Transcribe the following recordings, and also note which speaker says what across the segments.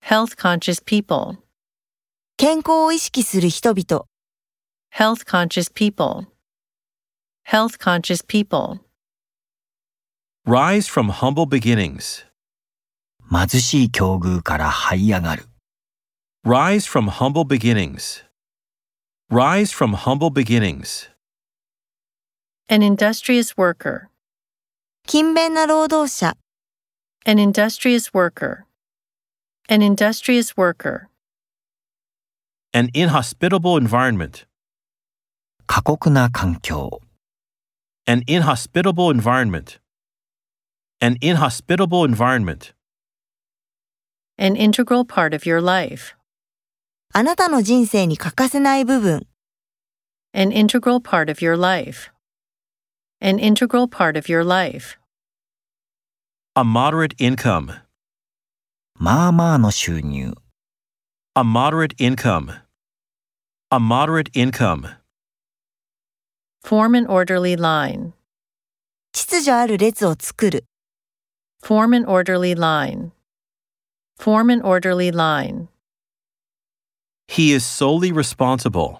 Speaker 1: health conscious people,
Speaker 2: 健康を意識する人々、
Speaker 1: health conscious people, health conscious people.
Speaker 3: Rise from humble beginnings.
Speaker 4: 貧しい境遇から這い上がる。
Speaker 3: Rise from humble beginnings. Rise from humble beginnings.
Speaker 1: An industrious worker,
Speaker 2: 勤勉な労働者、
Speaker 1: an industrious worker, an industrious worker.
Speaker 3: An inhospitable environment.
Speaker 4: 過酷な環境。
Speaker 3: An inhospitable environment. An inhospitable environment.
Speaker 1: an integral part of your life,
Speaker 2: あなたの人生に欠かせない部分、
Speaker 1: an integral part of your life, an integral part of your life,
Speaker 3: A moderate income.
Speaker 4: まあまあの収入。
Speaker 3: A moderate income. A moderate income.
Speaker 1: form an orderly line,
Speaker 2: 秩序ある列を作る、
Speaker 1: form an orderly line, form an orderly line,
Speaker 3: He is solely responsible.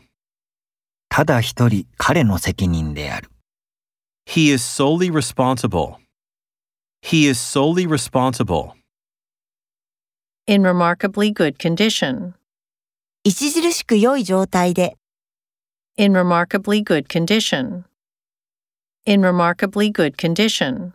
Speaker 4: ただ一人彼の責任である。
Speaker 3: He is solely responsible. He is solely responsible.
Speaker 1: in remarkably good condition,
Speaker 2: 著しく良い状態で、
Speaker 1: in remarkably good condition, in remarkably good condition,